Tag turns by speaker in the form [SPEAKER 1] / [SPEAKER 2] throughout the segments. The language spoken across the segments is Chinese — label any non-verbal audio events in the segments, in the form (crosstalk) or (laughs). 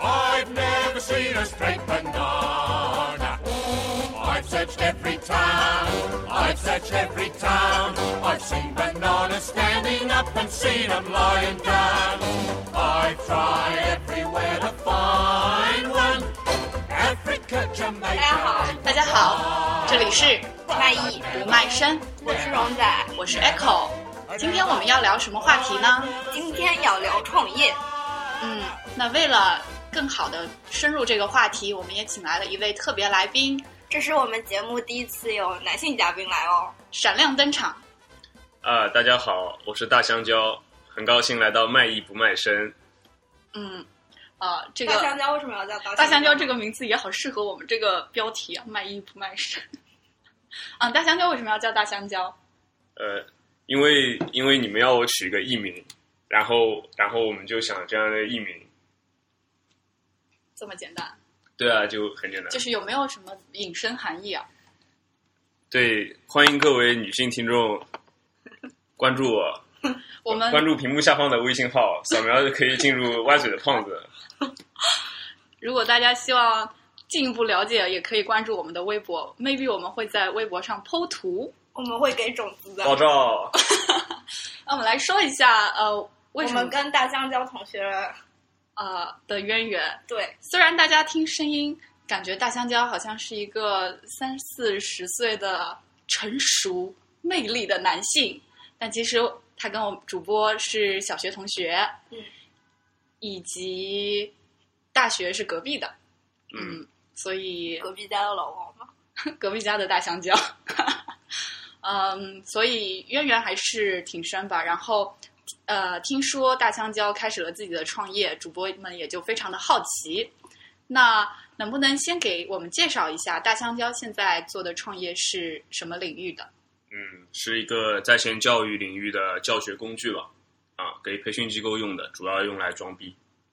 [SPEAKER 1] I've never seen a straight banana. I've searched every town, I've searched every town. I've seen bananas standing up and seen 'em lying down. I've tried everywhere to find one. Africa,
[SPEAKER 2] 大家好
[SPEAKER 1] Jamaica.
[SPEAKER 2] 大家好，这里是卖艺不卖身，
[SPEAKER 3] 我是荣仔，
[SPEAKER 2] 我是 Echo。今天我们要聊什么话题呢？
[SPEAKER 3] 今天要聊创业。
[SPEAKER 2] 嗯，那为了更好的深入这个话题，我们也请来了一位特别来宾，
[SPEAKER 3] 这是我们节目第一次有男性嘉宾来哦。
[SPEAKER 2] 闪亮登场。
[SPEAKER 4] 啊，大家好，我是大香蕉，很高兴来到卖艺不卖身。
[SPEAKER 2] 嗯，呃，这
[SPEAKER 3] 大香
[SPEAKER 2] 个
[SPEAKER 3] 蕉为什么要叫大
[SPEAKER 2] 大香蕉这
[SPEAKER 3] 个？
[SPEAKER 2] 个名字也好适合我们这个标题啊，卖艺不卖身。 (laughs) 啊，大香蕉为什么要叫大香蕉？
[SPEAKER 4] 呃，因为因为你们要我取一个艺名，然后然后我们就想这样的艺名，
[SPEAKER 2] 这么简单，
[SPEAKER 4] 对啊，就很简单。
[SPEAKER 2] 就是有没有什么引申含义啊？
[SPEAKER 4] 对，欢迎各位女性听
[SPEAKER 2] (laughs)
[SPEAKER 4] 众关注我，
[SPEAKER 2] 我们
[SPEAKER 4] 关注屏幕下方的微信
[SPEAKER 2] (laughs)
[SPEAKER 4] 号，扫描就可以进入歪嘴的胖子。
[SPEAKER 2] 如果大家希望进一步了解，也可以关注我们的微博，maybe 我们会在微博上剖图。
[SPEAKER 3] 我们会给种子的。
[SPEAKER 2] (laughs)
[SPEAKER 4] 爆照，
[SPEAKER 2] 那我们来说一下，呃，
[SPEAKER 3] 我
[SPEAKER 2] 为什么
[SPEAKER 3] 们跟大香蕉同学
[SPEAKER 2] 呃的渊源。
[SPEAKER 3] 对，
[SPEAKER 2] 虽然大家听声音感觉大香蕉好像是一个三四十岁的成熟魅力的男性，但其实他跟我主播是小学同学，
[SPEAKER 3] 嗯，
[SPEAKER 2] 以及大学是隔壁的，
[SPEAKER 4] 嗯，
[SPEAKER 2] 所以
[SPEAKER 3] 隔壁家的老王嘛。
[SPEAKER 2] 隔壁家的大香蕉。 (laughs) 嗯，所以渊源还是挺深吧。然后，呃，听说大香蕉开始了自己的创业，主播们也就非常的好奇。那能不能先给我们介绍一下大香蕉现在做的创业是什么领域的？
[SPEAKER 4] 嗯，是一个在线教育领域的教学工具吧，啊，给培训机构用的，主要用来装逼，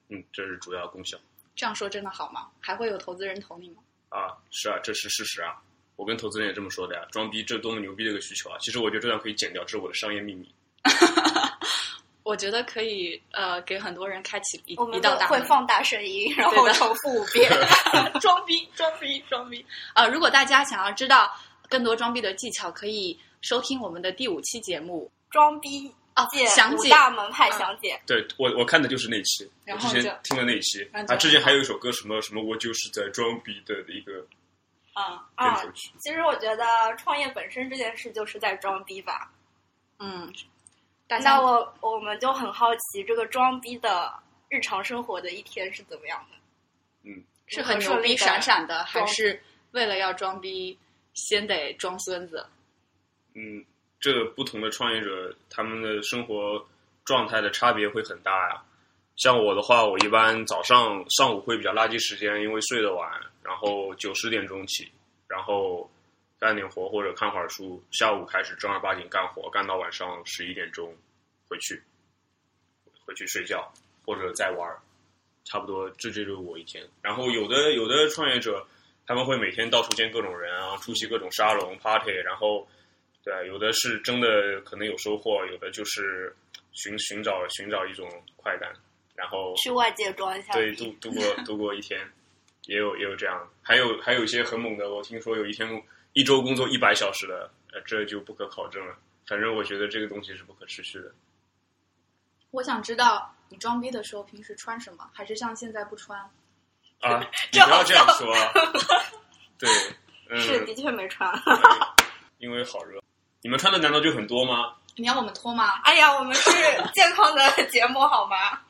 [SPEAKER 4] 嗯，这是主要功效
[SPEAKER 2] 这样说真的好吗？还会有投资人投你吗？ (laughs)
[SPEAKER 4] 啊，是啊，这是事实啊，我跟投资人也这么说的呀，装逼这多么牛逼的一个需求啊，其实我觉得这段可以剪掉，这是我的商业秘密，
[SPEAKER 2] 我觉得可以，呃，给很多人开启一
[SPEAKER 3] 我们
[SPEAKER 2] 一道大
[SPEAKER 3] 会
[SPEAKER 2] 门
[SPEAKER 3] 放大声音，然
[SPEAKER 2] 对
[SPEAKER 3] 后
[SPEAKER 2] 的
[SPEAKER 3] 重复五遍。
[SPEAKER 2] (laughs) 装逼，装逼，装逼。呃，如果大家想要知道更多装逼的技巧，可以收听我们的第五期节目
[SPEAKER 3] 装逼
[SPEAKER 2] 啊，
[SPEAKER 3] 界
[SPEAKER 2] 详
[SPEAKER 3] 五
[SPEAKER 2] 解。嗯
[SPEAKER 3] 大门派详解。
[SPEAKER 4] 对我我看的就是那期，我
[SPEAKER 2] 然后
[SPEAKER 4] 之
[SPEAKER 2] 就
[SPEAKER 4] 前听了那一期
[SPEAKER 2] 然后，就
[SPEAKER 4] 啊，之前还有一首歌什么什么，我就是在装逼的一个
[SPEAKER 2] 嗯
[SPEAKER 4] 片
[SPEAKER 3] 啊
[SPEAKER 4] 头，曲，
[SPEAKER 3] 其实我觉得创业本身这件事就是在装逼吧。
[SPEAKER 2] 嗯，大
[SPEAKER 3] 那
[SPEAKER 2] 家
[SPEAKER 3] 我我们就很好奇，这个装逼的日常生活的一天是怎么样的？
[SPEAKER 4] 嗯
[SPEAKER 2] 是很牛
[SPEAKER 3] 顺利
[SPEAKER 2] 逼
[SPEAKER 3] 的
[SPEAKER 2] 闪闪的，还
[SPEAKER 3] 装
[SPEAKER 2] 是为了要装逼，先得装孙子？
[SPEAKER 4] 嗯，这个不同的创业者他们的生活状态的差别会很大呀、像我的话，我一般早上上午会比较垃圾时间，因为睡得晚，然后九十点钟起，然后干点活或者看会儿书，下午开始正儿八经干活，干到晚上十一点钟回去，回去睡觉或者再玩儿，差不多这这就是我一天。然后有的有的创业者他们会每天到处见各种人啊，出席各种沙龙 party，然后对，有的是真的可能有收获，有的就是寻寻找寻找一种快感，然后
[SPEAKER 3] 去外界装一下
[SPEAKER 4] 对
[SPEAKER 3] 逼，
[SPEAKER 4] 度度过度过一天，也有也有这样，还有还有一些很猛的，我听说有一天一周工作一百小时的，呃，这就不可考证了。反正我觉得这个东西是不可持续的。
[SPEAKER 2] 我想知道你装逼的时候平时穿什么，还是像现在不穿？
[SPEAKER 3] (laughs)
[SPEAKER 4] 啊，你
[SPEAKER 3] 这
[SPEAKER 4] 不
[SPEAKER 3] 好
[SPEAKER 4] 要这样说啊。对，嗯，
[SPEAKER 3] 是的确没 (laughs) 穿。
[SPEAKER 4] 因为好热。你们穿的难道就很多
[SPEAKER 3] (laughs)
[SPEAKER 4] 吗？
[SPEAKER 2] 你要我们脱
[SPEAKER 4] 嗯
[SPEAKER 2] 吗？
[SPEAKER 3] 哎呀，我们是健康的节目好吗？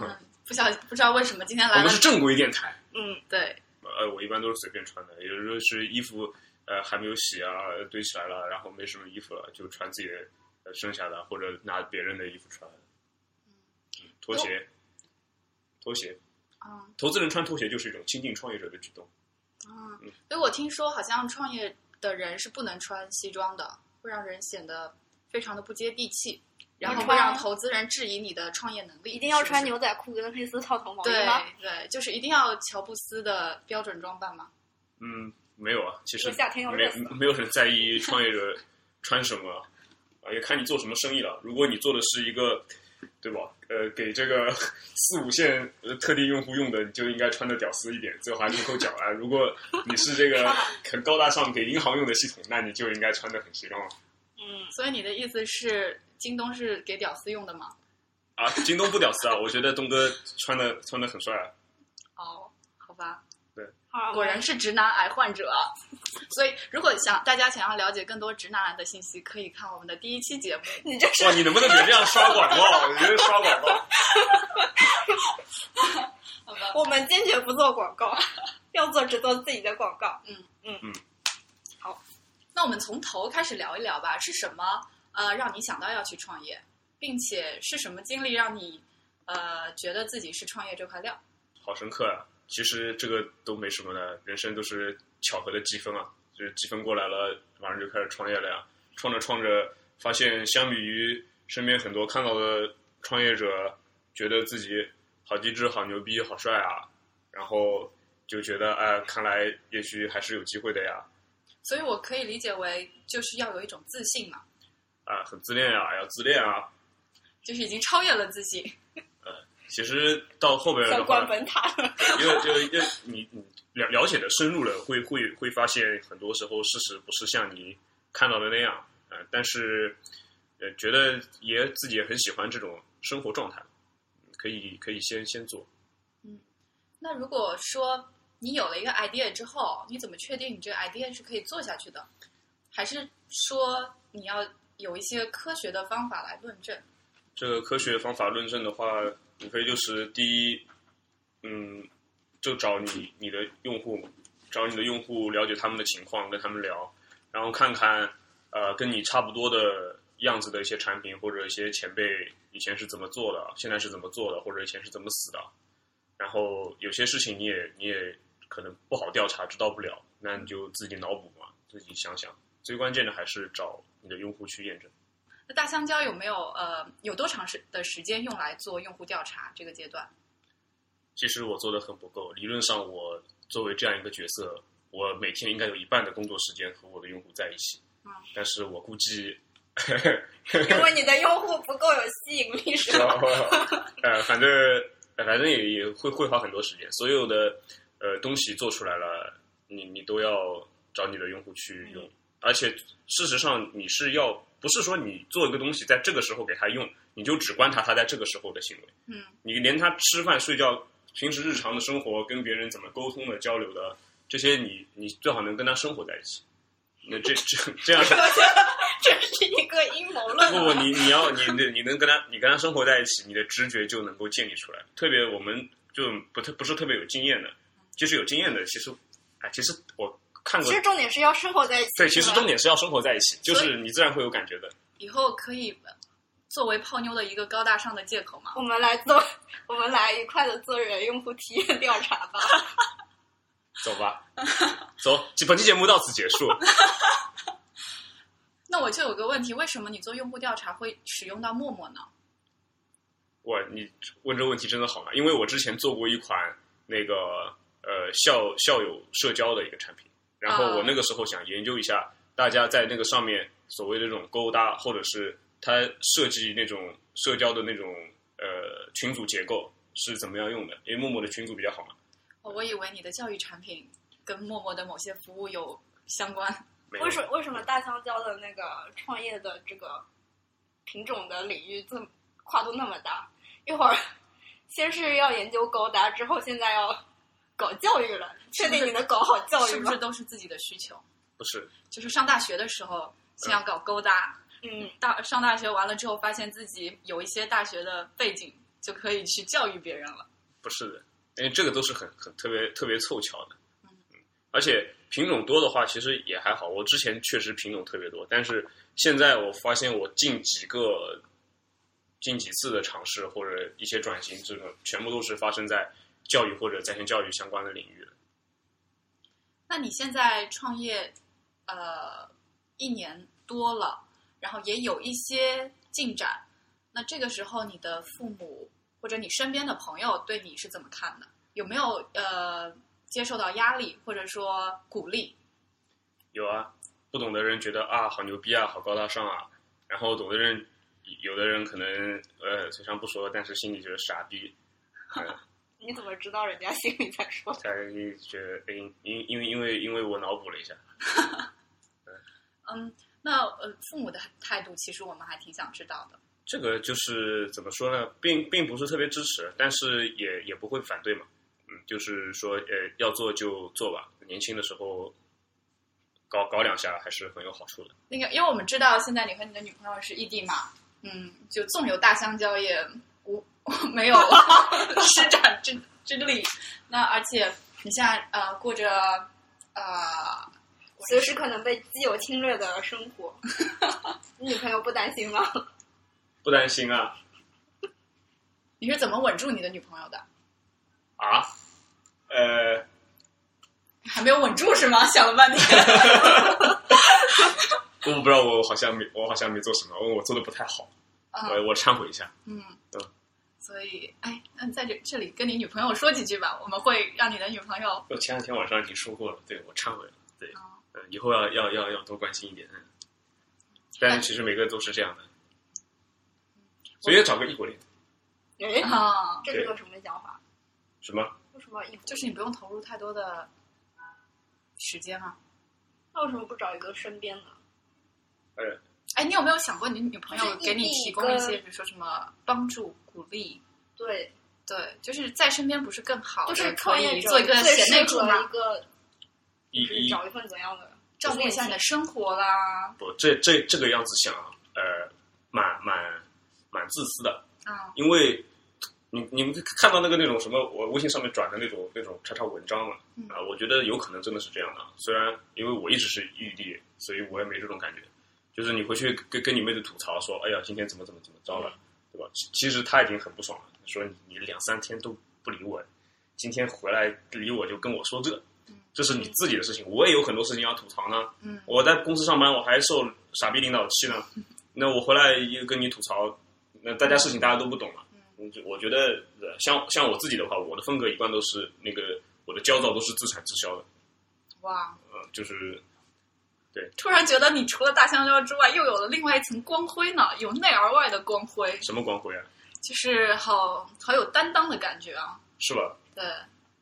[SPEAKER 2] 嗯不晓不知道为什么今天
[SPEAKER 4] 我
[SPEAKER 2] 来
[SPEAKER 4] 们
[SPEAKER 2] 了
[SPEAKER 4] 哦是正规电台。
[SPEAKER 3] (laughs) 嗯，
[SPEAKER 2] 对
[SPEAKER 4] 呃，我一般都是随便穿的，有时候是衣服呃还没有洗啊，堆起来了，然后没什么衣服了，就穿自己的呃剩下的，或者拿别人的衣服穿。嗯拖鞋，拖鞋，
[SPEAKER 2] 啊。
[SPEAKER 4] 投资人穿拖鞋就是一种亲近创业者的举动。
[SPEAKER 2] 嗯，所以我听说好像创业的人是不能穿西装的，会让人显得非常的不接地气，然后
[SPEAKER 3] 你
[SPEAKER 2] 会
[SPEAKER 3] 穿
[SPEAKER 2] 让投资人质疑你的创业能力。
[SPEAKER 3] 一定要
[SPEAKER 2] 是不是
[SPEAKER 3] 穿牛仔裤跟黑丝套头毛衣
[SPEAKER 2] 对
[SPEAKER 3] 吗？
[SPEAKER 2] 对，就是一定要乔布斯的标准装扮嘛。
[SPEAKER 4] 嗯，没有啊，其实
[SPEAKER 3] 我夏天要
[SPEAKER 4] 没
[SPEAKER 3] 热死了
[SPEAKER 4] 没有人在意创业者穿什么，啊，也看你做什么生意了。如果你做的是一个对吧？呃，给这个四五线呃特定用户用的，你就应该穿的屌丝一点，最后还露抠脚啊。如果你是这个很高大上给银行用的系统，那你就应该穿的很哦时尚
[SPEAKER 3] 嗯，
[SPEAKER 2] 所以你的意思是，京东是给屌丝用的吗？
[SPEAKER 4] 啊。京东不屌丝啊，我觉得东哥穿的穿的很帅啊。
[SPEAKER 2] 哦，好吧，
[SPEAKER 3] 好，
[SPEAKER 2] 果然是直男癌患者。 (laughs) 所以，如果想大家想要了解更多直男癌的信息，可以看我们的第一期节目。
[SPEAKER 3] 你这是
[SPEAKER 4] 哇，你能不能别这样刷广告？我觉得刷广告。
[SPEAKER 2] 好吧，
[SPEAKER 3] 我们坚决不做广告， (laughs) 要做只做自己的广告。
[SPEAKER 2] 那我们从头开始聊一聊吧，是什么呃让你想到要去创业，并且是什么经历让你呃觉得自己是创业这块料？
[SPEAKER 4] 好深刻啊！其实这个都没什么的，人生都是巧合的积分啊，就是积分过来了，马上就开始创业了呀。创着创着，发现相比于身边很多看到的创业者，觉得自己好机智、好牛逼、好帅啊，然后就觉得哎，看来也许还是有机会的呀，
[SPEAKER 2] 所以我可以理解为就是要有一种自信嘛，
[SPEAKER 4] 啊，很自恋呀，要自恋啊。
[SPEAKER 2] 就是已经超越了自信。
[SPEAKER 4] 其实到后边的
[SPEAKER 3] 像
[SPEAKER 4] 话
[SPEAKER 3] 关，本塔， (laughs)
[SPEAKER 4] 因为就因为你你了了解的深入了，会会会发现很多时候事实不是像你看到的那样，呃，但是呃，觉得也自己也很喜欢这种生活状态，嗯可以可以先先做。
[SPEAKER 2] 那如果说你有了一个 idea 之后，你怎么确定你这个 idea 是可以做下去的？还是说你要有一些科学的方法来论证？
[SPEAKER 4] 这个科学方法论证的话，无非就是第一，嗯，就找你你的用户，找你的用户了解他们的情况，跟他们聊，然后看看呃跟你差不多的样子的一些产品或者一些前辈以前是怎么做的，现在是怎么做的，或者以前是怎么死的。然后有些事情你也你也可能不好调查，知道不了，那你就自己脑补嘛，自己想想。最关键的还是找你的用户去验证。
[SPEAKER 2] 那大香蕉有没有呃有多长时的时间用来做用户调查这个阶段？
[SPEAKER 4] 其实我做的很不够。理论上，我作为这样一个角色，我每天应该有一半的工作时间和我的用户在一起。
[SPEAKER 2] 嗯
[SPEAKER 4] 但是我估计，
[SPEAKER 3] 因为你的用户不够有吸引力，是吧？
[SPEAKER 4] 呃，反正呃反正也也会会花很多时间。所有的呃东西做出来了，你你都要找你的用户去用。而且事实上，你是要不是说你做一个东西在这个时候给他用，你就只观察他在这个时候的行为。
[SPEAKER 2] 嗯，
[SPEAKER 4] 你连他吃饭、睡觉、平时日常的生活、跟别人怎么沟通的、交流的这些你，你最好能跟他生活在一起。那这这这样是
[SPEAKER 3] 这是一个阴谋论。
[SPEAKER 4] (laughs) 不不，你你要你你你能跟他你跟他生活在一起，你的直觉就能够建立出来。特别我们就不特不是特别有经验的，就是有经验的，其实哎，其实我看过
[SPEAKER 3] 其实，重点是要生活在一起。
[SPEAKER 4] 对，其实
[SPEAKER 3] 是吧
[SPEAKER 4] 重点是要生活在一起，就是你自然会有感觉的。
[SPEAKER 2] 以后可以呃作为泡妞的一个高大上的借口嘛？
[SPEAKER 3] 我们来做， (laughs) 我们来愉快的做人用户体验调查吧。
[SPEAKER 4] 走吧，走，
[SPEAKER 3] (laughs)
[SPEAKER 4] 本期节目到此结束。
[SPEAKER 2] 那我就有个问题，为什么你做用户调查会使用到陌陌呢？
[SPEAKER 4] 哇，你问这个问题真的好难，因为我之前做过一款那个呃校校友社交的一个产品，然后
[SPEAKER 2] 啊
[SPEAKER 4] 我那个时候想研究一下大家在那个上面所谓的这种勾搭，或者是他设计那种社交的那种呃群组结构是怎么样用的，因为陌陌的群组比较好嘛。
[SPEAKER 2] 哦我以为你的教育产品跟陌陌的某些服务有相关。
[SPEAKER 4] 没有
[SPEAKER 3] 为什么为什么大香蕉的那个创业的这个品种的领域这么跨度那么大？一会儿先是要研究勾搭，之后现在要搞教育了，确定你能搞好教育
[SPEAKER 2] 是不
[SPEAKER 3] 吗
[SPEAKER 2] 是？都是自己的需求？
[SPEAKER 4] 不是
[SPEAKER 2] 就是上大学的时候，先要搞勾搭，
[SPEAKER 3] 嗯，
[SPEAKER 2] 大上大学完了之后，发现自己有一些大学的背景，就可以去教育别人了。
[SPEAKER 4] 不是的，因为这个都是很很特别特别凑巧的。嗯而且品种多的话，其实也还好。我之前确实品种特别多，但是现在我发现我近几个、近几次的尝试或者一些转型，这个全部都是发生在教育或者在线教育相关的领域的。
[SPEAKER 2] 那你现在创业，呃，一年多了，然后也有一些进展。那这个时候，你的父母或者你身边的朋友对你是怎么看的？有没有呃接受到压力或者说鼓励？
[SPEAKER 4] 有啊，不懂的人觉得啊，好牛逼啊，好高大上啊，然后懂的人有的人可能呃嘴上不说，但是心里觉得傻逼，
[SPEAKER 3] 你怎么知道人家心里在 (laughs) 说？
[SPEAKER 4] 才觉得哎，因因为因为因为我脑补了一下，
[SPEAKER 2] 嗯，那呃，父母的态度其实我们还挺想知道的。
[SPEAKER 4] 这个就是怎么说呢，并并不是特别支持，但是也也不会反对嘛。嗯，就是说，呃，要做就做吧。年轻的时候搞搞两下还是很有好处的。
[SPEAKER 2] 那个，因为我们知道现在你和你的女朋友是异地嘛，嗯，就纵有大香蕉也无 (laughs) 没有 (laughs) 施展之之力。那而且你现在呃过着呃
[SPEAKER 3] 随时可能被基友侵略的生 (laughs) 活，你女朋友不担心吗？
[SPEAKER 4] 不担心啊
[SPEAKER 2] 你是怎么稳住你的女朋友的？
[SPEAKER 4] 啊，呃，
[SPEAKER 2] 还没有稳住是吗？想了半
[SPEAKER 4] (laughs)
[SPEAKER 2] 天，
[SPEAKER 4] 我不知道，我好像没我好像没做什么，我做的不太好，
[SPEAKER 2] 嗯
[SPEAKER 3] 啊
[SPEAKER 4] 我我忏悔一下。
[SPEAKER 2] 嗯
[SPEAKER 4] 嗯，
[SPEAKER 2] 所以哎，那在这这里跟你女朋友说几句吧，我们会让你的女朋友
[SPEAKER 4] 我前两天晚上已经说过了，对我忏悔了，对，
[SPEAKER 3] 哦
[SPEAKER 4] 嗯，以后要要要要多关心一点。嗯，但是其实每个都是这样的，
[SPEAKER 3] 嗯
[SPEAKER 4] 所以要找个异国恋，
[SPEAKER 3] 哎，
[SPEAKER 2] 啊、
[SPEAKER 3] 这是个什么想法？
[SPEAKER 4] 什么？
[SPEAKER 3] 为什么一会
[SPEAKER 2] 就是你不用投入太多的时间啊。
[SPEAKER 3] 那为什么不找一个身边的？
[SPEAKER 2] 哎，你有没有想过你女朋友
[SPEAKER 3] 就是
[SPEAKER 2] 给你
[SPEAKER 3] 异地
[SPEAKER 2] 提供一些，
[SPEAKER 3] 跟
[SPEAKER 2] 比如说什么帮助、鼓励？
[SPEAKER 3] 对，
[SPEAKER 2] 对，就是在身边不是更好的？
[SPEAKER 3] 就是
[SPEAKER 2] 可
[SPEAKER 3] 创业
[SPEAKER 2] 以
[SPEAKER 3] 者
[SPEAKER 2] 做一个
[SPEAKER 3] 最
[SPEAKER 2] 贤内
[SPEAKER 3] 适
[SPEAKER 2] 助
[SPEAKER 3] 合一
[SPEAKER 2] 嘛，
[SPEAKER 4] (laughs)
[SPEAKER 3] 个，
[SPEAKER 4] 异
[SPEAKER 3] 就是
[SPEAKER 4] 异
[SPEAKER 3] 找一份怎样的？ (laughs)
[SPEAKER 2] 照顾一下你的生活啦。
[SPEAKER 4] 不，这这这个样子想，呃，蛮蛮蛮自私的，
[SPEAKER 2] 啊、
[SPEAKER 4] 因为你你们看到那个那种什么，我微信上面转的那种那种叉叉文章嘛，
[SPEAKER 2] 嗯
[SPEAKER 4] 啊、我觉得有可能真的是这样的。啊虽然因为我一直是异地，所以我也没这种感觉。就是你回去跟跟你妹子吐槽说，哎呀，今天怎么怎么怎么着
[SPEAKER 2] 嗯
[SPEAKER 4] 了，对吧？其其实她已经很不爽了，说你你两三天都不理我，今天回来理我就跟我说这
[SPEAKER 2] 嗯，
[SPEAKER 4] 这是你自己的事情，我也有很多事情要吐槽呢。
[SPEAKER 2] 嗯，
[SPEAKER 4] 我在公司上班，我还受傻逼领导
[SPEAKER 2] (laughs)
[SPEAKER 4] 气呢。那我回来又跟你吐槽，那大家事情大家都不懂嘛。
[SPEAKER 2] 嗯
[SPEAKER 4] 我就我觉得，呃像像我自己的话，我的风格一贯都是那个我的焦躁都是自产自销的，
[SPEAKER 2] 哇！
[SPEAKER 4] 呃，就是
[SPEAKER 2] 突然觉得你除了大香蕉之外，又有了另外一层光辉呢，由内而外的光辉，
[SPEAKER 4] 什么光辉啊，
[SPEAKER 2] 就是好好有担当的感觉啊。
[SPEAKER 4] 是吧？
[SPEAKER 2] 对，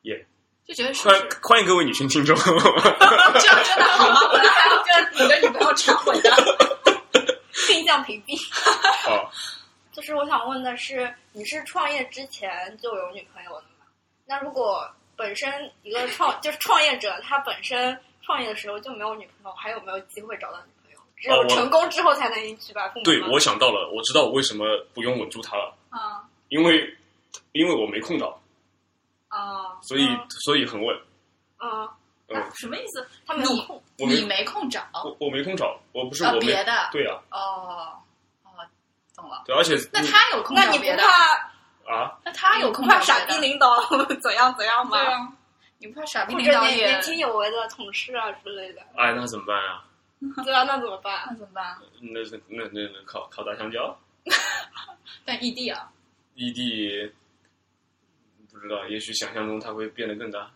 [SPEAKER 4] 耶
[SPEAKER 2] 就觉得是不
[SPEAKER 4] 欢 (laughs)
[SPEAKER 2] 是
[SPEAKER 4] 欢迎各位女性
[SPEAKER 2] (laughs)
[SPEAKER 4] 听众， (laughs)
[SPEAKER 2] 这样真的好吗？本来还要跟你的女朋友忏悔的。
[SPEAKER 3] 定向屏蔽。
[SPEAKER 4] 好，
[SPEAKER 3] 就是我想问的是，你是创业之前就有女朋友的吗？那如果本身一个创就是创业者，他本身创业的时候就没有女朋友，还有没有机会找到女朋友？只
[SPEAKER 4] 哦
[SPEAKER 3] 有
[SPEAKER 4] 我
[SPEAKER 3] 成功之后才能迎娶吧，父母
[SPEAKER 4] 对
[SPEAKER 2] 嗯
[SPEAKER 3] 吗
[SPEAKER 4] 我想到了，我知道我为什么不用稳住他了，
[SPEAKER 2] 啊
[SPEAKER 4] 因为因为我没空到，
[SPEAKER 2] 啊！
[SPEAKER 4] 所以
[SPEAKER 3] 嗯
[SPEAKER 4] 所以很稳，
[SPEAKER 3] 嗯，
[SPEAKER 4] 嗯，
[SPEAKER 2] 啊什么意思？
[SPEAKER 3] 他没有空，
[SPEAKER 4] 我
[SPEAKER 2] 你
[SPEAKER 4] 没
[SPEAKER 2] 没空找
[SPEAKER 4] 我我没空找，我不是
[SPEAKER 2] 啊
[SPEAKER 4] 我没
[SPEAKER 2] 别的
[SPEAKER 4] 对啊，
[SPEAKER 2] 哦哦，懂了。嗯
[SPEAKER 4] 对，而且
[SPEAKER 2] 那
[SPEAKER 4] 你
[SPEAKER 2] 他有空
[SPEAKER 3] 那
[SPEAKER 2] 找
[SPEAKER 3] 你不
[SPEAKER 2] 别的？
[SPEAKER 3] 怕
[SPEAKER 4] 啊，
[SPEAKER 2] 那他有
[SPEAKER 3] 你不
[SPEAKER 2] 空
[SPEAKER 3] 怕
[SPEAKER 2] 找
[SPEAKER 3] 傻
[SPEAKER 2] 别
[SPEAKER 3] 逼
[SPEAKER 2] 的
[SPEAKER 3] 领导 (laughs) 怎样怎样吗
[SPEAKER 2] 对？啊，你不怕傻逼
[SPEAKER 3] 或
[SPEAKER 2] 领
[SPEAKER 3] 者
[SPEAKER 2] 导
[SPEAKER 3] 年
[SPEAKER 2] 也
[SPEAKER 3] 年轻有为的同事啊之类的，
[SPEAKER 2] (laughs)
[SPEAKER 4] 哎，那怎么办啊？
[SPEAKER 3] 对啊，那怎么办？
[SPEAKER 2] 那怎么办？
[SPEAKER 4] 那那那那那烤烤大香蕉，
[SPEAKER 2] 但异地啊，
[SPEAKER 4] 异地不知道，也许想象中它会变得更大。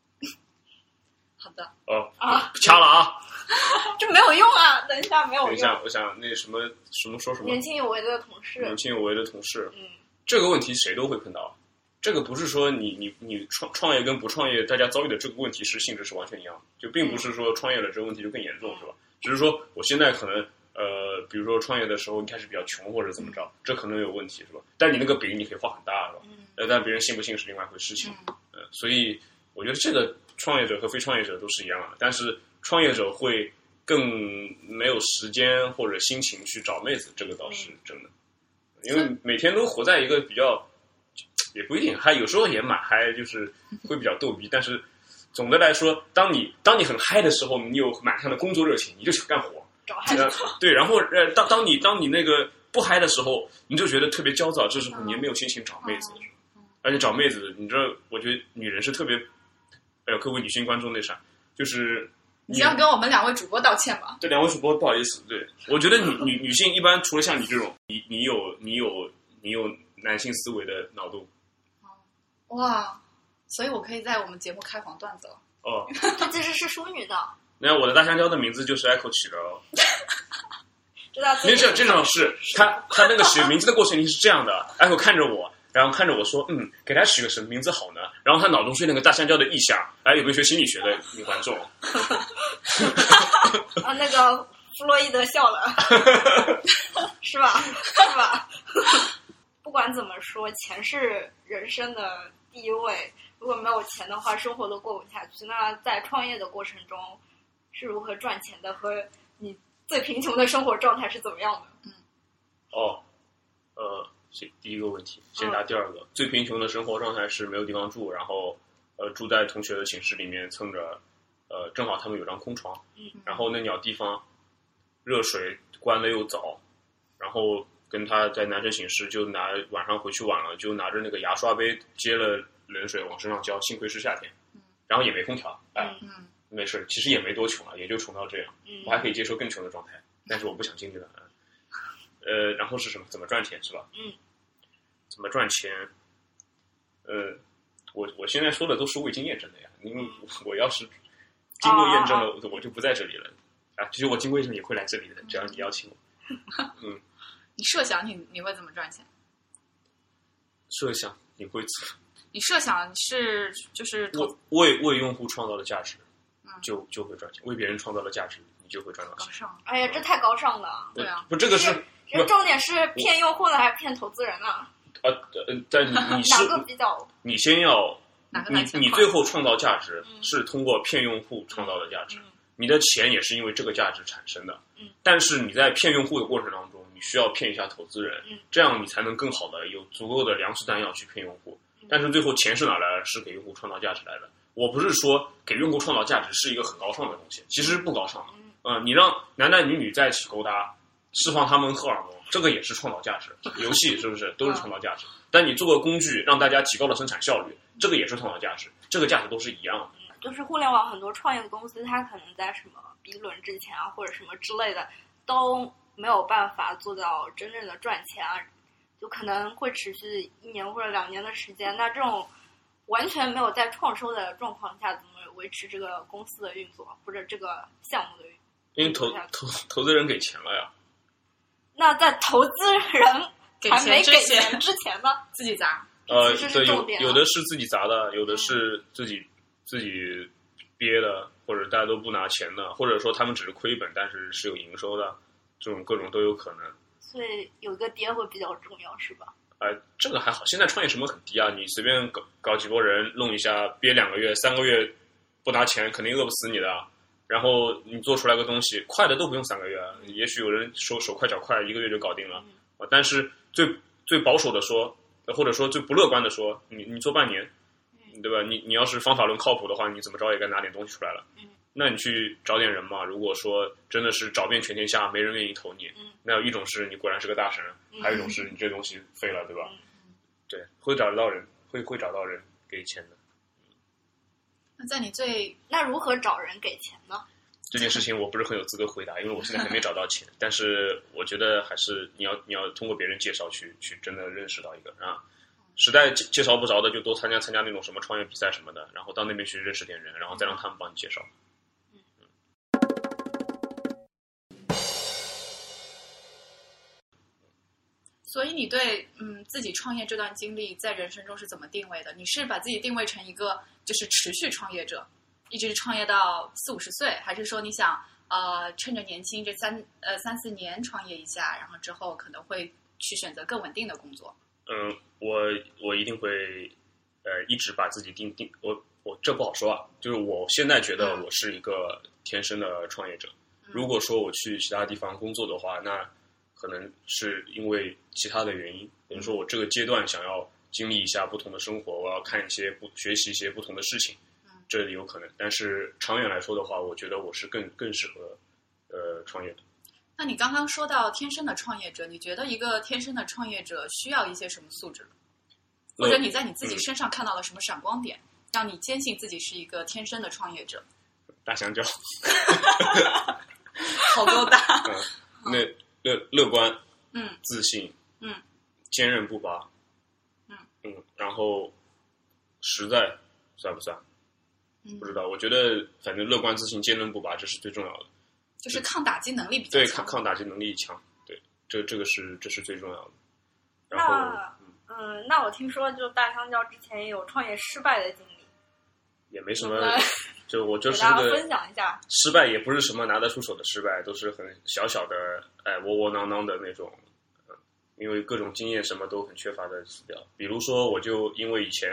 [SPEAKER 2] (laughs) 好的，
[SPEAKER 4] 哦，
[SPEAKER 3] 啊，
[SPEAKER 4] 掐了啊！
[SPEAKER 3] 这没有用啊！等一下，
[SPEAKER 2] 哦
[SPEAKER 3] 没有
[SPEAKER 4] 等一
[SPEAKER 3] 用。
[SPEAKER 4] 下，我想那什么什么说什么
[SPEAKER 3] 年轻有为的同事，
[SPEAKER 4] 年轻有为的同事，
[SPEAKER 3] 嗯，
[SPEAKER 4] 这个问题谁都会碰到。这个不是说你你你创创业跟不创业，大家遭遇的这个问题是性质是完全一样的，就并不是说创业了这个问题就更严
[SPEAKER 3] 嗯
[SPEAKER 4] 重，是吧？只是说我现在可能呃，比如说创业的时候一开始比较穷或者怎么着，这可能有问题，是吧？但你那个饼你可以画很大，是吧？
[SPEAKER 3] 嗯
[SPEAKER 4] 呃，但别人信不信是另外一回事情。
[SPEAKER 2] 嗯
[SPEAKER 4] 呃，所以我觉得这个创业者和非创业者都是一样的，但是创业者会更没有时间或者心情去找妹子，这个倒是真的，因为每天都活在一个比较也不一定嗨，有时候也蛮嗨，就是会比较逗逼，但是总的来说，当你当你很嗨的时候，你有满腔的工作热情，你就想干活，
[SPEAKER 3] 找汉
[SPEAKER 4] 呃对，然后呃，当当你当你那个不嗨的时候，你就觉得特别焦躁，这时候
[SPEAKER 2] 嗯
[SPEAKER 4] 你也没有心情找妹子，而且找妹子，你知道，我觉得女人是特别，哎呦，各位女性观众那啥，就是
[SPEAKER 2] 你
[SPEAKER 4] 女
[SPEAKER 2] 要跟我们两位主播道歉吧。
[SPEAKER 4] 对两位主播不好意思，对我觉得女女女性一般除了像你这种，你你有你有你有男性思维的脑洞
[SPEAKER 2] 哇，所以我可以在我们节目开黄段子了。
[SPEAKER 4] 哦，
[SPEAKER 3] 他其实是淑女的，
[SPEAKER 4] 那我的大香蕉的名字就是 Echo 起的哦，
[SPEAKER 3] 知道自己 (laughs)
[SPEAKER 4] 您这这种是他他那个取名字的过程一定是这样的， (laughs) 艾可看着我，然后看着我说，嗯，给他取个什么名字好呢？然后他脑中是那个大香蕉的意象，哎，有个学心理学的女观众，
[SPEAKER 3] 啊，那个弗洛伊德笑
[SPEAKER 4] (laughs)
[SPEAKER 3] 了，是吧？是吧？不管怎么说，钱是人生的第一位。如果没有钱的话，生活都过不下去。那在创业的过程中，是如何赚钱的？和你最贫穷的生活状态是怎么样的？
[SPEAKER 4] 哦，呃，先第一个问题，先
[SPEAKER 3] 嗯
[SPEAKER 4] 答第二个。最贫穷的生活状态是没有地方住，然后呃住在同学的寝室里面蹭着，呃正好他们有张空床，
[SPEAKER 3] 嗯
[SPEAKER 4] 然后那鸟地方热水关的又早，然后跟他在男生寝室就拿晚上回去晚了就拿着那个牙刷杯接了冷水往身上浇，幸亏是夏天
[SPEAKER 2] 嗯，
[SPEAKER 4] 然后也没空调，哎，
[SPEAKER 3] 嗯
[SPEAKER 2] 嗯，
[SPEAKER 4] 没事，其实也没多穷啊，也就穷到这样。我还
[SPEAKER 3] 嗯
[SPEAKER 4] 可以接受更穷的状态，但是我不想经历了。呃，然后是什么？怎么赚钱是吧？
[SPEAKER 3] 嗯。
[SPEAKER 4] 怎么赚钱？呃，我我现在说的都是未经验证的呀，因为
[SPEAKER 2] 嗯
[SPEAKER 4] 我要是经过验
[SPEAKER 2] 哦
[SPEAKER 4] 证了，我就不在这里了。啊，其实我经过验证也会来这里的，只要
[SPEAKER 2] 嗯
[SPEAKER 4] 你邀请我。
[SPEAKER 2] 你设想你你会怎么赚钱？
[SPEAKER 4] 设想你会
[SPEAKER 2] 你设想是就是投
[SPEAKER 4] 为为为用户创造的价值
[SPEAKER 2] 嗯，
[SPEAKER 4] 就就会赚钱；为别人创造的价值，你就会赚到
[SPEAKER 2] 高
[SPEAKER 4] 钱。
[SPEAKER 2] 尚，
[SPEAKER 3] 哎呀，这太高尚了。
[SPEAKER 2] 对啊，
[SPEAKER 4] 不，这个是
[SPEAKER 3] 这重点是骗用户呢，还是骗投资人呢？
[SPEAKER 4] 呃呃，
[SPEAKER 2] (laughs)
[SPEAKER 4] 但你你是
[SPEAKER 3] 哪啊个比较？
[SPEAKER 4] 你先要
[SPEAKER 2] 哪个
[SPEAKER 4] 你
[SPEAKER 2] 来钱
[SPEAKER 4] 你
[SPEAKER 2] 快
[SPEAKER 4] 最后创造价值
[SPEAKER 3] 嗯
[SPEAKER 4] 是通过骗用户创造的价值，
[SPEAKER 3] 嗯
[SPEAKER 4] 你的钱也是因为这个价值产生的。
[SPEAKER 3] 嗯
[SPEAKER 4] 但是你在骗用户的过程当中，你需要骗一下投资人，
[SPEAKER 3] 嗯
[SPEAKER 4] 这样你才能更好的有足够的粮食弹药去骗用户。
[SPEAKER 3] 嗯
[SPEAKER 4] 但是最后钱是哪来的？是给用户创造价值来的。我不是说给用户创造价值是一个很高尚的东西，其实不高尚的。
[SPEAKER 3] 嗯
[SPEAKER 4] 嗯、你让男男女女在一起勾搭，释放他们荷尔蒙，这个也是创造价值。游戏是不是都是创造价值？但你做个工具，让大家提高了生产效率，这个也是创造价值。这个价值都是一样的。
[SPEAKER 3] 就是互联网很多创业的公司，它可能在什么 B 轮之前啊，或者什么之类的，都没有办法做到真正的赚钱啊，就可能会持续一年或者两年的时间。那这种完全没有在创收的状况下，怎么维持这个公司的运作啊或者这个项目的运作？
[SPEAKER 4] 因为投投投资人给钱了呀，
[SPEAKER 3] 那在投资人
[SPEAKER 2] (laughs) 给
[SPEAKER 3] 还
[SPEAKER 2] 钱
[SPEAKER 3] 没
[SPEAKER 2] 之
[SPEAKER 3] 给
[SPEAKER 2] 前
[SPEAKER 3] 钱之前呢？
[SPEAKER 2] 自己砸，
[SPEAKER 4] 呃
[SPEAKER 3] 其实，是
[SPEAKER 4] 对，
[SPEAKER 3] 重
[SPEAKER 4] 有
[SPEAKER 3] 点啊嗯
[SPEAKER 4] 有的是自己砸的，有的是自己自己憋的，或者大家都不拿钱的，或者说他们只是亏本，但是是有营收的，这种各种都有可能。
[SPEAKER 3] 所以有个爹会比较重要，是吧？
[SPEAKER 4] 呃，这个还好，现在创业成本很低啊，你随便搞搞几波人弄一下，憋两个月、三个月不拿钱，肯定饿不死你的啊。然后你做出来个东西，快的都不用三个月，也许有人手手快脚快，一个月就搞定了。啊但是最最保守的说，呃或者说最不乐观的说，你你做半年，对吧？你你要是方法论靠谱的话，你怎么着也该拿点东西出来了
[SPEAKER 3] 嗯。
[SPEAKER 4] 那你去找点人嘛。如果说真的是找遍全天下没人愿意投你
[SPEAKER 3] 嗯，
[SPEAKER 4] 那有一种是你果然是个大神，
[SPEAKER 3] 嗯
[SPEAKER 4] 还有一种是你这东西废了，对吧
[SPEAKER 3] 嗯？
[SPEAKER 4] 对，会找得到人，会会找到人给钱的。
[SPEAKER 2] 那在你最
[SPEAKER 3] 那如何找人给钱呢？
[SPEAKER 4] 这件事情我不是很有资格回答，因为我现在还没找到钱。但是我觉得还是你要你要通过别人介绍去去真的认识到一个人啊。实在介介绍不着的，就多参加参加那种什么创业比赛什么的，然后到那边去认识点人，然后再让他们帮你介绍。
[SPEAKER 2] 所以你对嗯自己创业这段经历在人生中是怎么定位的？你是把自己定位成一个就是持续创业者，一直创业到四五十岁，还是说你想呃趁着年轻这三呃三四年创业一下，然后之后可能会去选择更稳定的工作？
[SPEAKER 4] 嗯，我我一定会呃一直把自己定定我我这不好说啊，就是我现在觉得我是一个天生的创业者。如果说我去其他地方工作的话，那可能是因为其他的原因，比如说我这个阶段想要经历一下不同的生活，我要看一些不学习一些不同的事情
[SPEAKER 2] 嗯，
[SPEAKER 4] 这里有可能。但是长远来说的话，我觉得我是更更适合呃创业的。
[SPEAKER 2] 那你刚刚说到天生的创业者，你觉得一个天生的创业者需要一些什么素质？或者
[SPEAKER 4] 嗯
[SPEAKER 2] 你在你自己
[SPEAKER 4] 嗯
[SPEAKER 2] 身上看到了什么闪光点，让你坚信自己是一个天生的创业者？
[SPEAKER 4] 大香蕉。
[SPEAKER 2] 好高大，
[SPEAKER 4] 嗯， (laughs) 那乐乐观，
[SPEAKER 2] (laughs) 嗯，
[SPEAKER 4] 自信，
[SPEAKER 2] 嗯，
[SPEAKER 4] 坚韧不拔，
[SPEAKER 2] 嗯
[SPEAKER 4] 嗯，然后实在算不算？
[SPEAKER 2] 嗯
[SPEAKER 4] 不知道，我觉得反正乐观、自信、坚韧不拔，这是最重要的。
[SPEAKER 2] 就是抗打击能力比较
[SPEAKER 4] 对抗
[SPEAKER 2] 强。
[SPEAKER 4] 抗打击能力强，对，这这个是这是最重要的。然后
[SPEAKER 3] 那嗯，那我听说就大香蕉之前也有创业失败的经历，
[SPEAKER 4] 也没什
[SPEAKER 3] 能
[SPEAKER 4] 么
[SPEAKER 3] 不能，
[SPEAKER 4] 就我就
[SPEAKER 3] 给
[SPEAKER 4] 是
[SPEAKER 3] 大家
[SPEAKER 4] 个
[SPEAKER 3] 分享一下？
[SPEAKER 4] 失败也不是什么拿得出手的失败，都是很小小的，哎，窝窝囊囊的那种，嗯因为各种经验什么都很缺乏的死掉。比如说，我就因为以前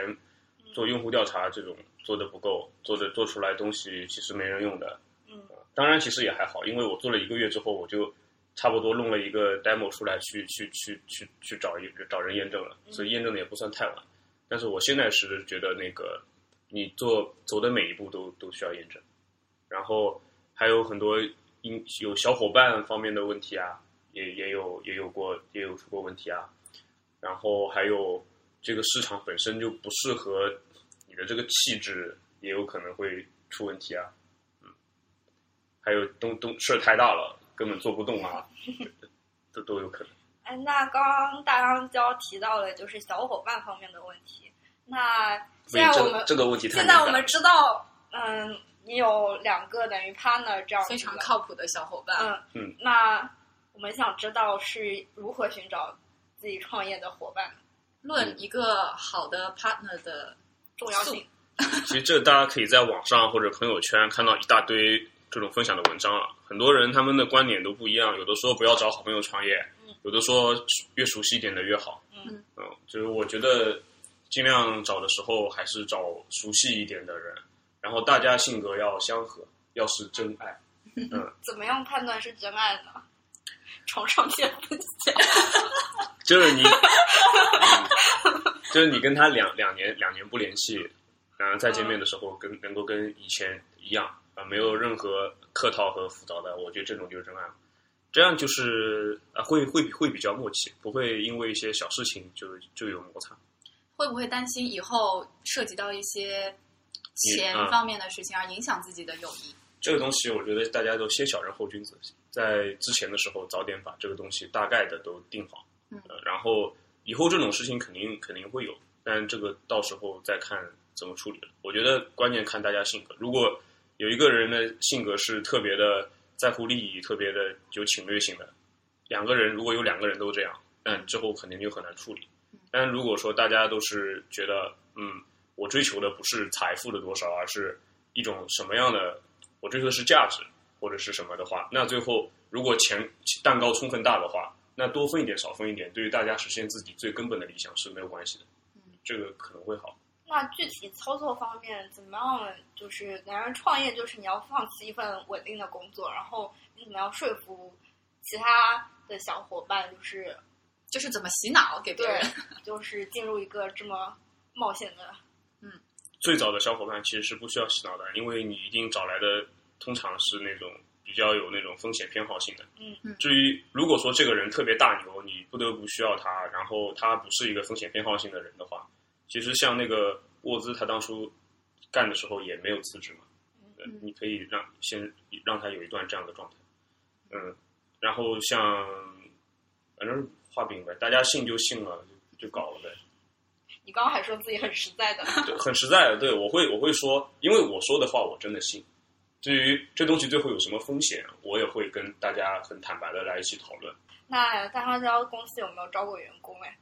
[SPEAKER 4] 做用户调查这种做的不够，做的做出来东西其实没人用的。
[SPEAKER 3] 嗯
[SPEAKER 4] 呃，当然其实也还好，因为我做了一个月之后，我就差不多弄了一个 demo 出来去，去去去去找一找人验证了，所以验证的也不算太晚。但是我现在是觉得那个你做走的每一步都都需要验证。然后还有很多因有小伙伴方面的问题啊，也也有也有过也有出过问题啊，然后还有这个市场本身就不适合你的这个气质，也有可能会出问题啊，嗯，还有东东事儿太大了，根本做不
[SPEAKER 3] (laughs)
[SPEAKER 4] 动啊，这都有可能。
[SPEAKER 3] 哎，那刚刚大香蕉提到了就是小伙伴方面的问题，那现在我
[SPEAKER 4] 这
[SPEAKER 3] 们
[SPEAKER 4] 个这个问题太
[SPEAKER 3] 现
[SPEAKER 4] 敏感
[SPEAKER 3] 在我们知道，嗯，你有两个等于 partner 这样
[SPEAKER 2] 非常
[SPEAKER 3] 子的
[SPEAKER 2] 靠谱的小伙伴，
[SPEAKER 3] 嗯
[SPEAKER 4] 嗯
[SPEAKER 3] 那我们想知道是如何寻找自己创业的伙伴的
[SPEAKER 4] 嗯
[SPEAKER 2] 论一个好的 partner 的
[SPEAKER 3] 重要性。
[SPEAKER 4] 其实这大家可以在网上或者朋友圈看到一大堆这种分享的文章了。很多人他们的观点都不一样，有的说不要找好朋友创业
[SPEAKER 3] 嗯，
[SPEAKER 4] 有的说越熟悉一点的越好。
[SPEAKER 3] 嗯
[SPEAKER 4] 嗯，就是我觉得尽量找的时候还是找熟悉一点的人，然后大家性格要相合，要是真爱。
[SPEAKER 3] 怎么样判断是真爱呢？ (laughs) 崇尚见不见，
[SPEAKER 4] 就是你，嗯就是你跟他两两年两年不联系，然后再见面的时候跟能够跟以前一样啊，没有任何客套和复杂的，我觉得这种就是真爱了。这样就是啊，会会会比较默契，不会因为一些小事情就就有摩擦。
[SPEAKER 2] 会不会担心以后涉及到一些钱
[SPEAKER 4] 嗯
[SPEAKER 2] 方面的事情而影响自己的友谊？
[SPEAKER 4] 这个东西，我觉得大家都先小人后君子，在之前的时候早点把这个东西大概的都定好，
[SPEAKER 2] 嗯
[SPEAKER 4] 呃然后以后这种事情肯定肯定会有，但这个到时候再看怎么处理了。我觉得关键看大家性格，如果有一个人的性格是特别的在乎利益、特别的有侵略性的，两个人如果有两个人都这样，那之后肯定就很难处理。但如果说大家都是觉得，嗯，我追求的不是财富的多少，而是一种什么样的，我追求的是价值或者是什么的话，那最后如果钱蛋糕充分大的话，那多分一点少分一点，对于大家实现自己最根本的理想是没有关系的
[SPEAKER 2] 嗯，
[SPEAKER 4] 这个可能会好。
[SPEAKER 3] 那具体操作方面怎么样？就是当然创业就是你要放弃一份稳定的工作，然后你怎么样说服其他的小伙伴，就是
[SPEAKER 2] 就是怎么洗脑给别
[SPEAKER 3] 对
[SPEAKER 2] 人？，
[SPEAKER 3] 就是进入一个这么冒险的
[SPEAKER 4] 最早的小伙伴其实是不需要洗脑的，因为你一定找来的通常是那种比较有那种风险偏好性的。
[SPEAKER 3] 嗯
[SPEAKER 2] 嗯
[SPEAKER 4] 至于如果说这个人特别大牛，你不得不需要他，然后他不是一个风险偏好性的人的话，其实像那个沃兹，他当初干的时候也没有辞职嘛，呃
[SPEAKER 2] 嗯
[SPEAKER 4] 你可以让先让他有一段这样的状态。嗯，然后像反正是画饼呗，大家信就信了，就就搞了呗。
[SPEAKER 3] 你刚刚还说自己很实在的，
[SPEAKER 4] 对，很实在的，对我会我会说，因为我说的话我真的信。至于这东西最后有什么风险，我也会跟大家很坦白的来一起讨论。
[SPEAKER 3] 那大香蕉公司有没有招过员工？哎，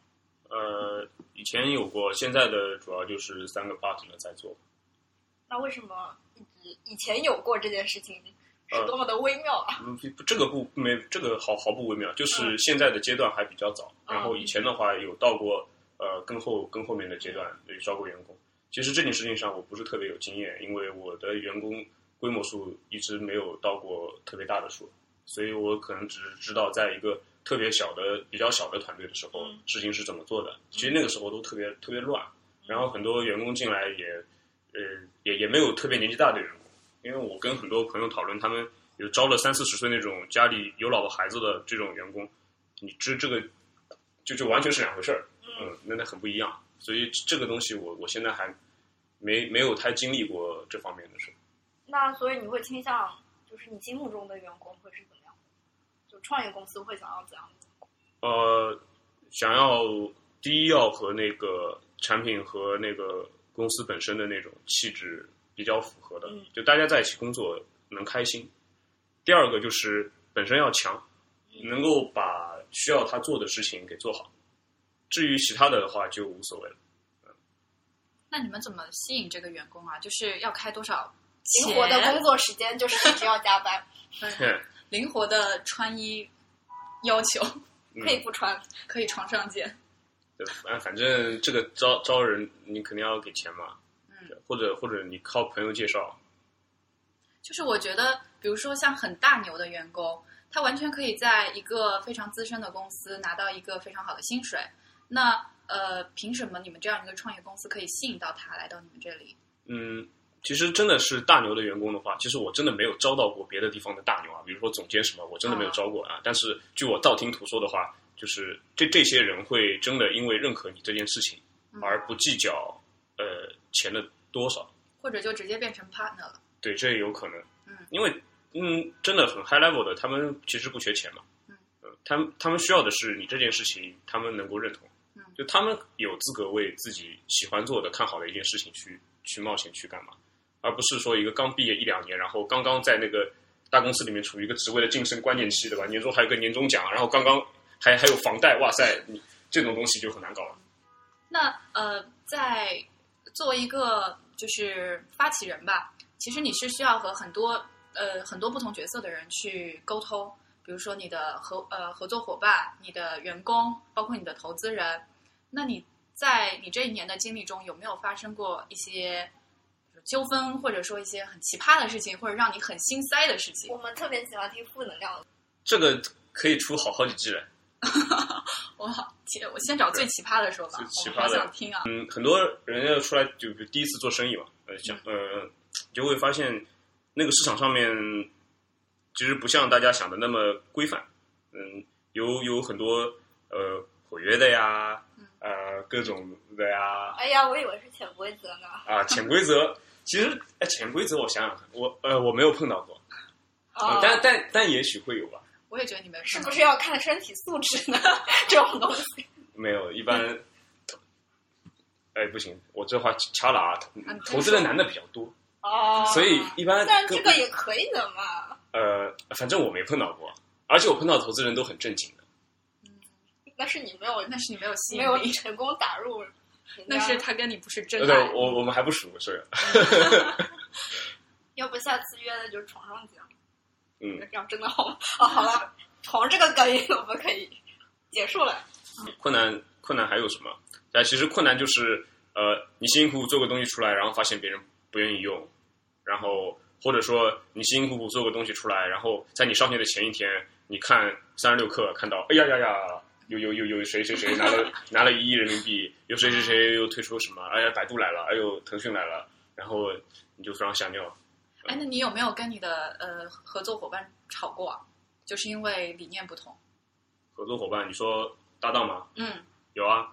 [SPEAKER 4] 呃，以前有过，现在的主要就是三个 partner 在做。
[SPEAKER 3] 那为什么一直以前有过这件事情，是多么的微妙啊？
[SPEAKER 4] 嗯，不这个不没这个毫毫不微妙，就是现在的阶段还比较早，
[SPEAKER 3] 嗯
[SPEAKER 4] 然后以前的话有到过呃更后更后面的阶段有招过员工。其实这件事情上我不是特别有经验，因为我的员工规模数一直没有到过特别大的数，所以我可能只是知道在一个特别小的比较小的团队的时候
[SPEAKER 3] 嗯，
[SPEAKER 4] 事情是怎么做的。其实那个时候都特别特别乱，然后很多员工进来也呃也也没有特别年纪大的员工。因为我跟很多朋友讨论，他们有招了三四十岁那种家里有老婆孩子的这种员工，你这这个就就完全是两回事儿，
[SPEAKER 3] 嗯
[SPEAKER 4] 嗯，那那很不一样。所以这个东西我我现在还没没有太经历过这方面的事。
[SPEAKER 3] 那所以你会倾向，就是你心目中的员工会是怎么样的？就创业公司会想要怎样的？
[SPEAKER 4] 呃，想要第一要和那个产品和那个公司本身的那种气质比较符合的，
[SPEAKER 3] 嗯
[SPEAKER 4] 就大家在一起工作能开心。第二个就是本身要强，能够把需要他做的事情给做好。至于其他的的话，就无所谓了。
[SPEAKER 2] (laughs) 那你们怎么吸引这个员工啊？就是要开多少
[SPEAKER 3] 灵活的
[SPEAKER 2] 钱
[SPEAKER 3] 工作时间就是一直要加
[SPEAKER 4] (laughs)
[SPEAKER 3] 班，
[SPEAKER 4] 嗯
[SPEAKER 2] 灵活的穿衣要求，
[SPEAKER 4] 嗯
[SPEAKER 3] 可以不穿。
[SPEAKER 2] 可以床上见。
[SPEAKER 4] 对，反反正这个招招人，你肯定要给钱嘛，
[SPEAKER 2] 嗯
[SPEAKER 4] 对或者或者你靠朋友介绍，
[SPEAKER 2] 就是我觉得，比如说像很大牛的员工，他完全可以在一个非常资深的公司拿到一个非常好的薪水。那呃，凭什么你们这样一个创业公司可以吸引到他来到你们这里？
[SPEAKER 4] 嗯，其实真的是大牛的员工的话，其实我真的没有招到过别的地方的大牛啊，比如说总监什么，我真的没有招过啊。但是据我道听途说的话，就是这这些人会真的因为认可你这件事情，
[SPEAKER 2] 嗯
[SPEAKER 4] 而不计较呃钱的多少。
[SPEAKER 2] 或者就直接变成 partner 了？
[SPEAKER 4] 对，这也有可能。
[SPEAKER 2] 嗯
[SPEAKER 4] 因为嗯，真的很 high level 的，他们其实不缺钱嘛。
[SPEAKER 2] 嗯
[SPEAKER 4] 呃，他们他们需要的是你这件事情，他们能够认同。
[SPEAKER 2] 嗯
[SPEAKER 4] 就他们有资格为自己喜欢做的、看好的一件事情去去冒险去干嘛，而不是说一个刚毕业一两年，然后刚刚在那个大公司里面处于一个职位的晋升关键期，对吧？年终还有个年终奖，啊然后刚刚还还有房贷，哇塞，你这种东西就很难搞了。
[SPEAKER 2] 那呃，在作为一个就是发起人吧，其实你是需要和很多呃很多不同角色的人去沟通，比如说你的合呃合作伙伴、你的员工，包括你的投资人。那你在你这一年的经历中，有没有发生过一些纠纷，或者说一些很奇葩的事情，或者让你很心塞的事情 (laughs)
[SPEAKER 3] 我？们特别喜欢听负能量的，
[SPEAKER 4] 这个可以出好好几季来。
[SPEAKER 2] 我好奇，我先找最奇葩的说吧，
[SPEAKER 4] 最奇
[SPEAKER 2] 我
[SPEAKER 4] 葩的
[SPEAKER 2] 好想听啊！
[SPEAKER 4] 嗯，很多人要出来就就第一次做生意嘛，呃，像呃，就会发现那个市场上面其实不像大家想的那么规范，嗯，有有很多呃毁约的呀
[SPEAKER 2] 嗯，
[SPEAKER 4] 呃各种的呀，
[SPEAKER 3] 哎呀，我以为是潜规则呢。
[SPEAKER 4] 啊潜规则，其实哎潜规则我想想看，我呃我没有碰到过，呃
[SPEAKER 3] 哦，
[SPEAKER 4] 但但但也许会有吧，
[SPEAKER 2] 我也觉得你们
[SPEAKER 3] 是不是要看身体素质呢？ (laughs) 这种东西，
[SPEAKER 4] 没有一般，哎不行，我这话掐了啊，
[SPEAKER 2] 啊你
[SPEAKER 4] 投资的男的比较多，
[SPEAKER 3] 哦，
[SPEAKER 4] 所以一般
[SPEAKER 3] 但
[SPEAKER 4] 跟
[SPEAKER 3] 这个也可以的嘛。
[SPEAKER 4] 呃，反正我没碰到过，而且我碰到的投资人都很正经的。
[SPEAKER 3] 那是你没有
[SPEAKER 2] (laughs) 那是你没有吸
[SPEAKER 3] 没
[SPEAKER 2] 引
[SPEAKER 3] 有
[SPEAKER 2] 力，
[SPEAKER 3] 成功打入人家，
[SPEAKER 2] 那是他跟你不是真
[SPEAKER 4] 对
[SPEAKER 2] 爱。
[SPEAKER 4] 对，我我们还不熟这个。
[SPEAKER 3] 要不下次约的就是床上见。
[SPEAKER 4] 嗯，
[SPEAKER 3] 这样真的好吗？哦，好了，从这个梗我们可以结束了。
[SPEAKER 4] 困难困难还有什么？但其实困难就是呃，你辛辛苦苦做个东西出来，然后发现别人不愿意用，然后或者说你辛辛苦苦做个东西出来，然后在你上线的前一天，你看三十六氪看到，哎呀呀呀，有有有有谁谁谁拿了拿了一亿人民币，有谁谁谁又推出什么，哎呀，百度来了，哎呦，腾讯来了，然后你就非常吓尿。
[SPEAKER 2] 哎，那你有没有跟你的呃合作伙伴吵过啊？就是因为理念不同。
[SPEAKER 4] 合作伙伴，你说搭档吗？
[SPEAKER 2] 嗯，
[SPEAKER 4] 有啊，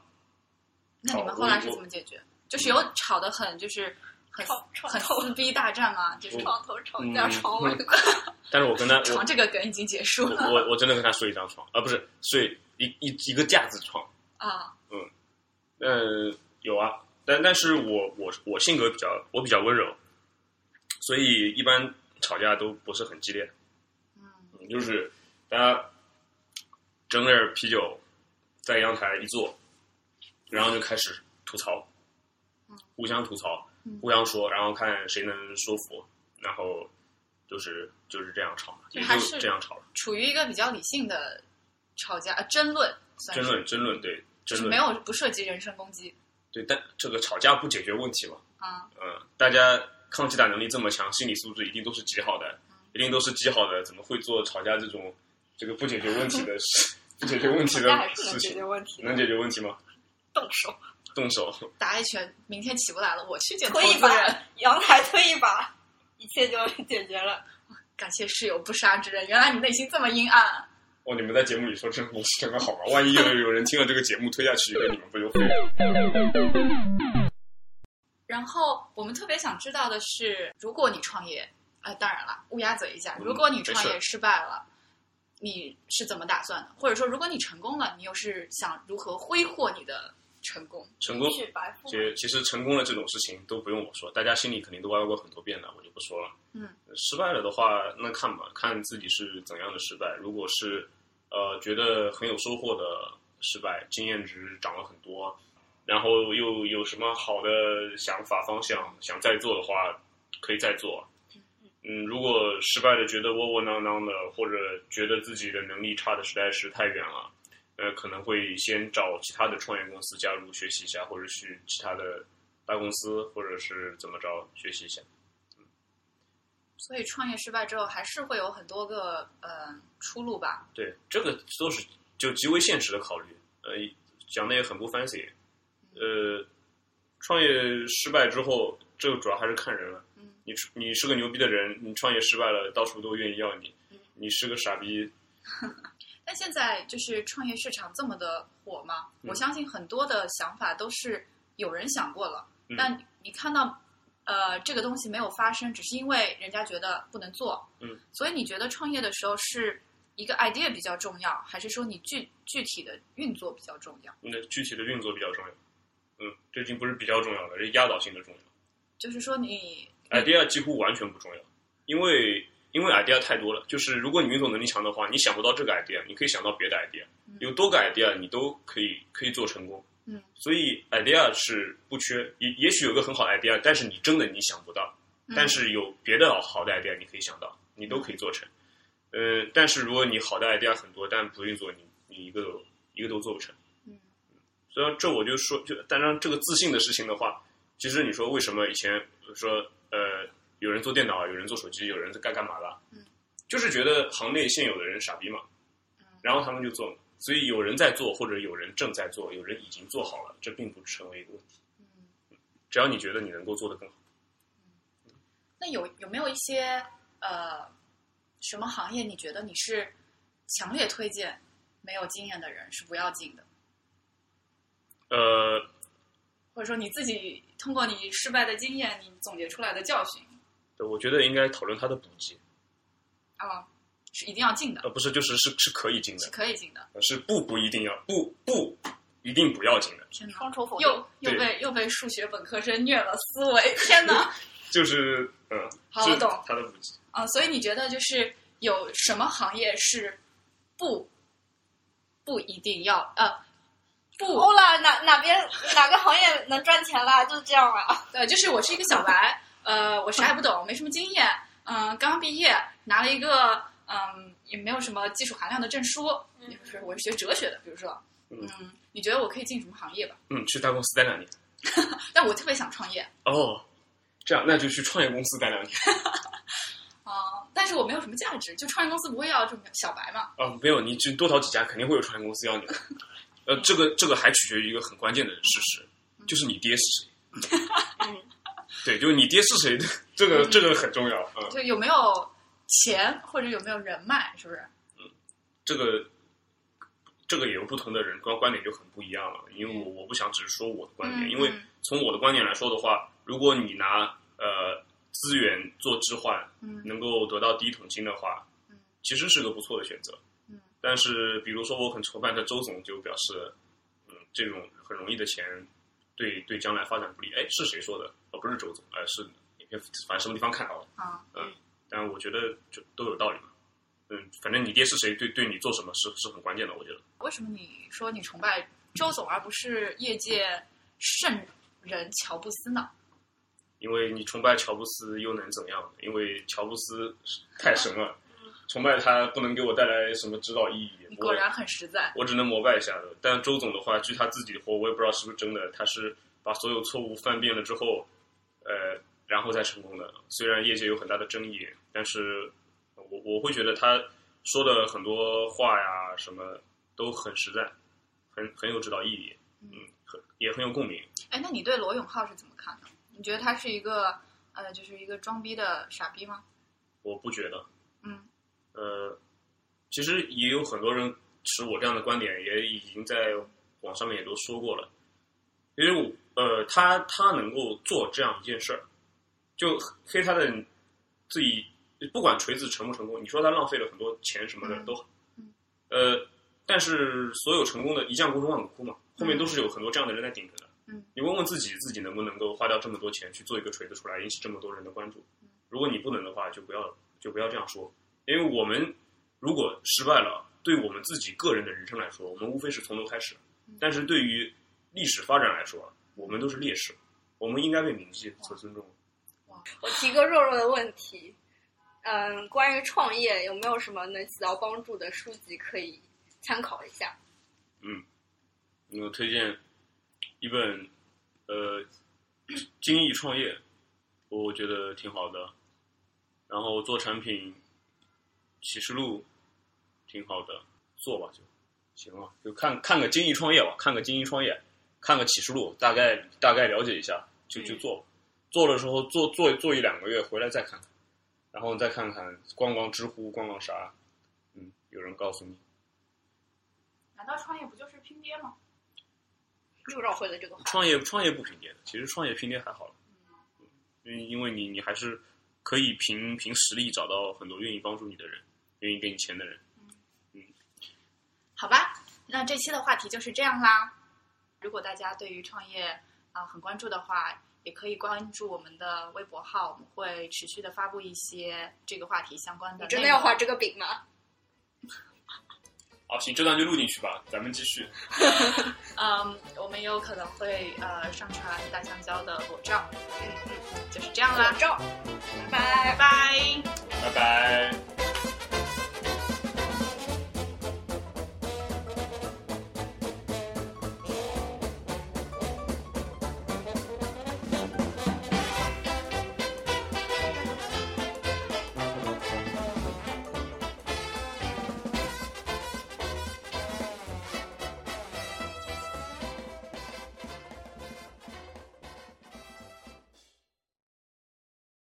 [SPEAKER 2] 那你们后来是怎么解决？就是有吵得很，就是很
[SPEAKER 3] 吵吵
[SPEAKER 2] 很
[SPEAKER 3] 头
[SPEAKER 2] 撕逼大战
[SPEAKER 4] (laughs)
[SPEAKER 2] 吗？就是
[SPEAKER 3] 床头吵架
[SPEAKER 4] 嗯 (laughs)
[SPEAKER 3] 床尾和，
[SPEAKER 4] 但是
[SPEAKER 2] (laughs)
[SPEAKER 4] 我跟他，
[SPEAKER 2] 床 (laughs) 这个梗已经结束
[SPEAKER 4] 我
[SPEAKER 2] 了
[SPEAKER 4] 我我我真的跟他睡一张床，啊，不是睡一一一个架子床。
[SPEAKER 2] 啊。
[SPEAKER 4] 嗯，有啊，但但是我我我性格比较我比较温柔，所以一般吵架都不是很激烈，
[SPEAKER 2] 嗯
[SPEAKER 4] 嗯就是大家整点啤酒，在阳台一坐，然后就开始吐槽
[SPEAKER 2] 嗯，
[SPEAKER 4] 互相吐槽
[SPEAKER 2] 嗯，
[SPEAKER 4] 互相说，然后看谁能说服，然后就是就是这样吵嘛，
[SPEAKER 2] 就
[SPEAKER 4] 也
[SPEAKER 2] 还
[SPEAKER 4] 就是这样吵了。
[SPEAKER 2] 处于一个比较理性的吵架、呃、争论，算是
[SPEAKER 4] 争论争论对
[SPEAKER 2] 就
[SPEAKER 4] 争
[SPEAKER 2] 是
[SPEAKER 4] 论
[SPEAKER 2] 没有不涉及人身攻击
[SPEAKER 4] 对，但这个吵架不解决问题嘛，
[SPEAKER 2] 啊。
[SPEAKER 4] 嗯，大家抗击打能力这么强，心理素质一定都是极好的，
[SPEAKER 3] 嗯
[SPEAKER 4] 一定都是极好的，怎么会做吵架这种这个不解决问题的事？
[SPEAKER 3] (laughs)
[SPEAKER 4] 不解决问题
[SPEAKER 3] 吵
[SPEAKER 4] 的
[SPEAKER 3] 架还是能
[SPEAKER 4] 事
[SPEAKER 3] 解
[SPEAKER 4] 情
[SPEAKER 3] 决，问题的，
[SPEAKER 4] 能解决问题吗？
[SPEAKER 3] 动手
[SPEAKER 4] 动手，
[SPEAKER 2] 打一拳，明天起不来了，我去见投
[SPEAKER 3] 推一
[SPEAKER 2] 资
[SPEAKER 3] 把
[SPEAKER 2] 人。，
[SPEAKER 3] 阳台推一把，一切就解决了。
[SPEAKER 2] 感谢室友不杀之恩，原来你内心这么阴暗啊。
[SPEAKER 4] 哦，你们在节目里说这个模式真的好吗？万一有有人听了这个节目推下去，那你们不就废了？
[SPEAKER 2] 然后我们特别想知道的是，如果你创业，呃，当然了，乌鸦嘴一下，
[SPEAKER 4] 嗯
[SPEAKER 2] 如果你创业
[SPEAKER 4] 没
[SPEAKER 2] 失败了，你是怎么打算的？或者说，如果你成功了，你又是想如何挥霍你的成功。
[SPEAKER 4] 成功
[SPEAKER 3] 一去白富
[SPEAKER 4] 其实其实成功了这种事情都不用我说，大家心里肯定都歪歪过很多遍了，我就不说了。呃
[SPEAKER 2] 嗯，
[SPEAKER 4] 失败了的话，那看吧，看自己是怎样的失败。如果是呃觉得很有收获的失败，经验值涨了很多，然后又有什么好的想法方向，想再做的话，可以再做。嗯，如果失败了，觉得窝窝囊囊的，或者觉得自己的能力差的实在是太远了，呃，可能会先找其他的创业公司加入学习一下，或者去其他的大公司，或者是怎么着学习一下。
[SPEAKER 2] 所以创业失败之后，还是会有很多个呃出路吧。
[SPEAKER 4] 对，这个都是就极为现实的考虑。呃，讲的也很不 fancy。呃，创业失败之后，这个主要还是看人了。
[SPEAKER 2] 嗯
[SPEAKER 4] 你是你是个牛逼的人，你创业失败了，到处都愿意要你
[SPEAKER 2] 嗯。
[SPEAKER 4] 你是个傻逼，
[SPEAKER 2] 但现在就是创业市场这么的火嘛，
[SPEAKER 4] 嗯
[SPEAKER 2] 我相信很多的想法都是有人想过了，
[SPEAKER 4] 嗯
[SPEAKER 2] 但你看到呃这个东西没有发生，只是因为人家觉得不能做。
[SPEAKER 4] 嗯，
[SPEAKER 2] 所以你觉得创业的时候是一个 idea 比较重要，还是说你具具体的运作比较重要？
[SPEAKER 4] 那具体的运作比较重要。嗯，这已经不是比较重要了，是压倒性的重要。
[SPEAKER 2] 就是说你
[SPEAKER 4] idea 几乎完全不重要，因为因为 idea 太多了。就是如果你运作能力强的话，你想不到这个 idea，你可以想到别的 idea，
[SPEAKER 2] 嗯
[SPEAKER 4] 有多个 idea 你都可以可以做成功。
[SPEAKER 2] 嗯，
[SPEAKER 4] 所以 idea 是不缺，也也许有个很好的 idea，但是你真的你想不到，
[SPEAKER 2] 嗯
[SPEAKER 4] 但是有别的好的 idea 你可以想到，你都可以做成。呃，但是如果你好的 idea 很多，但不运作，你你一个都一个都做不成。
[SPEAKER 2] 嗯
[SPEAKER 4] 所以这我就说，就当然这个自信的事情的话，其实你说为什么以前说呃有人做电脑，有人做手机，有人在干干嘛的，
[SPEAKER 2] 嗯，
[SPEAKER 4] 就是觉得行内现有的人傻逼嘛，然后他们就做，所以有人在做，或者有人正在做，有人已经做好了，这并不成为一个问题。
[SPEAKER 2] 嗯。
[SPEAKER 4] 只要你觉得你能够做得更好，
[SPEAKER 2] 那有有没有一些呃什么行业你觉得你是强烈推荐没有经验的人是不要进的，
[SPEAKER 4] 呃，
[SPEAKER 2] 或者说你自己通过你失败的经验你总结出来的教训
[SPEAKER 4] 我觉得应该讨论它的补给，呃
[SPEAKER 2] 啊、是一定要进的，
[SPEAKER 4] 而不是就是是是可以进
[SPEAKER 2] 是
[SPEAKER 4] 的，呃
[SPEAKER 2] 可以进的。
[SPEAKER 4] 是不不一定要不不一定不要进的。
[SPEAKER 2] 天哪！
[SPEAKER 3] 双重否定，
[SPEAKER 2] 又又
[SPEAKER 4] 对
[SPEAKER 2] 被又被数学本科生虐了思维，天哪！
[SPEAKER 4] 就是嗯，
[SPEAKER 2] 好
[SPEAKER 4] 是
[SPEAKER 2] 我懂
[SPEAKER 4] 它的补给。
[SPEAKER 2] 啊、所以你觉得就是有什么行业是不不一定要呃不
[SPEAKER 3] 欧了，哪哪边哪个行业能赚钱啦？就是这样啊。
[SPEAKER 2] 对，呃就是我是一个小白，呃，我啥也不懂，没什么经验，嗯、刚刚毕业，拿了一个嗯、也没有什么技术含量的证书，
[SPEAKER 3] 嗯
[SPEAKER 2] 就是我是学哲学的，比如说，
[SPEAKER 4] 嗯
[SPEAKER 2] 嗯，你觉得我可以进什么行业吧？
[SPEAKER 4] 嗯，去大公司待两年。
[SPEAKER 2] 但我特别想创业
[SPEAKER 4] 哦，这样那就去创业公司待两年
[SPEAKER 2] 啊、但是我没有什么价值，就创业公司不会要这种小白嘛，
[SPEAKER 4] 啊、没有，你去多找几家，肯定会有创业公司要你的。呃，这个这个还取决于一个很关键的事实，就是你爹是谁。
[SPEAKER 3] 嗯，
[SPEAKER 4] 对，就是你爹是谁，这个
[SPEAKER 2] 嗯
[SPEAKER 4] 这个很重要啊、嗯
[SPEAKER 2] 就有没有钱或者有没有人脉，是不是？
[SPEAKER 4] 这个这个也有不同的人观观点就很不一样了，因为我我不想只是说我的观点，
[SPEAKER 2] 嗯
[SPEAKER 4] 因为
[SPEAKER 2] 嗯
[SPEAKER 4] 从我的观点来说的话，如果你拿呃资源做置换，
[SPEAKER 2] 嗯
[SPEAKER 4] 能够得到第一桶金的话
[SPEAKER 2] 嗯，
[SPEAKER 4] 其实是个不错的选择。
[SPEAKER 2] 嗯
[SPEAKER 4] 但是，比如说我很崇拜的周总就表示，嗯，这种很容易的钱对对将来发展不利。哎，是谁说的？哦，不是周总，呃，是影片，反正什么地方看到的。
[SPEAKER 2] 啊，
[SPEAKER 4] 但我觉得就都有道理嘛。嗯，反正你爹是谁，对对你做什么是是很关键的。我觉得，
[SPEAKER 2] 为什么你说你崇拜周总而不是业界圣人乔布斯呢？
[SPEAKER 4] 因为你崇拜乔布斯又能怎么样？因为乔布斯太神了，崇拜他不能给我带来什么指导意义。
[SPEAKER 2] 嗯你
[SPEAKER 4] 我
[SPEAKER 2] 果然很实在。
[SPEAKER 4] 我只能膜拜一下的。但周总的话，据他自己的话，我也不知道是不是真的，他是把所有错误犯遍了之后，呃，然后才成功的。虽然业界有很大的争议，但是我我会觉得他说的很多话呀，什么都很实在，很很有指导意义，嗯，很也很有共鸣。
[SPEAKER 2] 哎，那你对罗永浩是怎么看的？你觉得他是一个呃，就是一个装逼的傻逼吗？
[SPEAKER 4] 我不觉得，
[SPEAKER 2] 嗯
[SPEAKER 4] 呃，其实也有很多人持我这样的观点，也已经在网上面也都说过了。因为我呃，他他能够做这样一件事儿，就黑他的自己，不管锤子成不成功，你说他浪费了很多钱什么的
[SPEAKER 2] 嗯
[SPEAKER 4] 都好
[SPEAKER 2] 嗯，
[SPEAKER 4] 呃，但是所有成功的一将功成万骨枯嘛，后面都是有很多这样的人在顶着的。
[SPEAKER 2] 嗯，
[SPEAKER 4] 你问问自己，自己能不能够花掉这么多钱去做一个锤子出来，引起这么多人的关注？如果你不能的话，就不要就不要这样说，因为我们如果失败了，对我们自己个人的人生来说，我们无非是从头开始；但是对于历史发展来说，啊我们都是烈士，我们应该被铭记和尊重。
[SPEAKER 3] 我提个弱弱的问题，嗯，关于创业有没有什么能起到帮助的书籍可以参考一下？
[SPEAKER 4] 我推荐一本呃《精益创业》，我觉得挺好的。然后做产品《启示录》挺好的，做吧就行了，就看看个精益创业吧，看个精益创业，看个《启示录》，大概大概了解一下，就就做吧。做的时候做做做一两个月，回来再看看，然后再看看逛逛知乎，逛逛啥，嗯，有人告诉你。
[SPEAKER 2] 难道创业不就是拼爹吗？
[SPEAKER 3] 又绕回了这个话题。
[SPEAKER 4] 创业创业不拼爹的，其实创业拼爹还好了，嗯因为因为你你还是可以凭凭实力找到很多愿意帮助你的人，愿意给你钱的人。
[SPEAKER 2] 好吧，那这期的话题就是这样啦。如果大家对于创业啊、很关注的话，也可以关注我们的微博号，我们会持续的发布一些这个话题相关的。
[SPEAKER 3] 你真的要画？这个饼吗？
[SPEAKER 4] 好，行，这段就录进去吧，咱们继续。
[SPEAKER 2] 嗯，我们有可能会呃上传大香蕉的裸照，
[SPEAKER 3] 嗯嗯，
[SPEAKER 2] 就是这样
[SPEAKER 3] 口
[SPEAKER 2] 啦，
[SPEAKER 3] 罩，拜拜
[SPEAKER 2] 拜。拜。
[SPEAKER 4] 拜拜。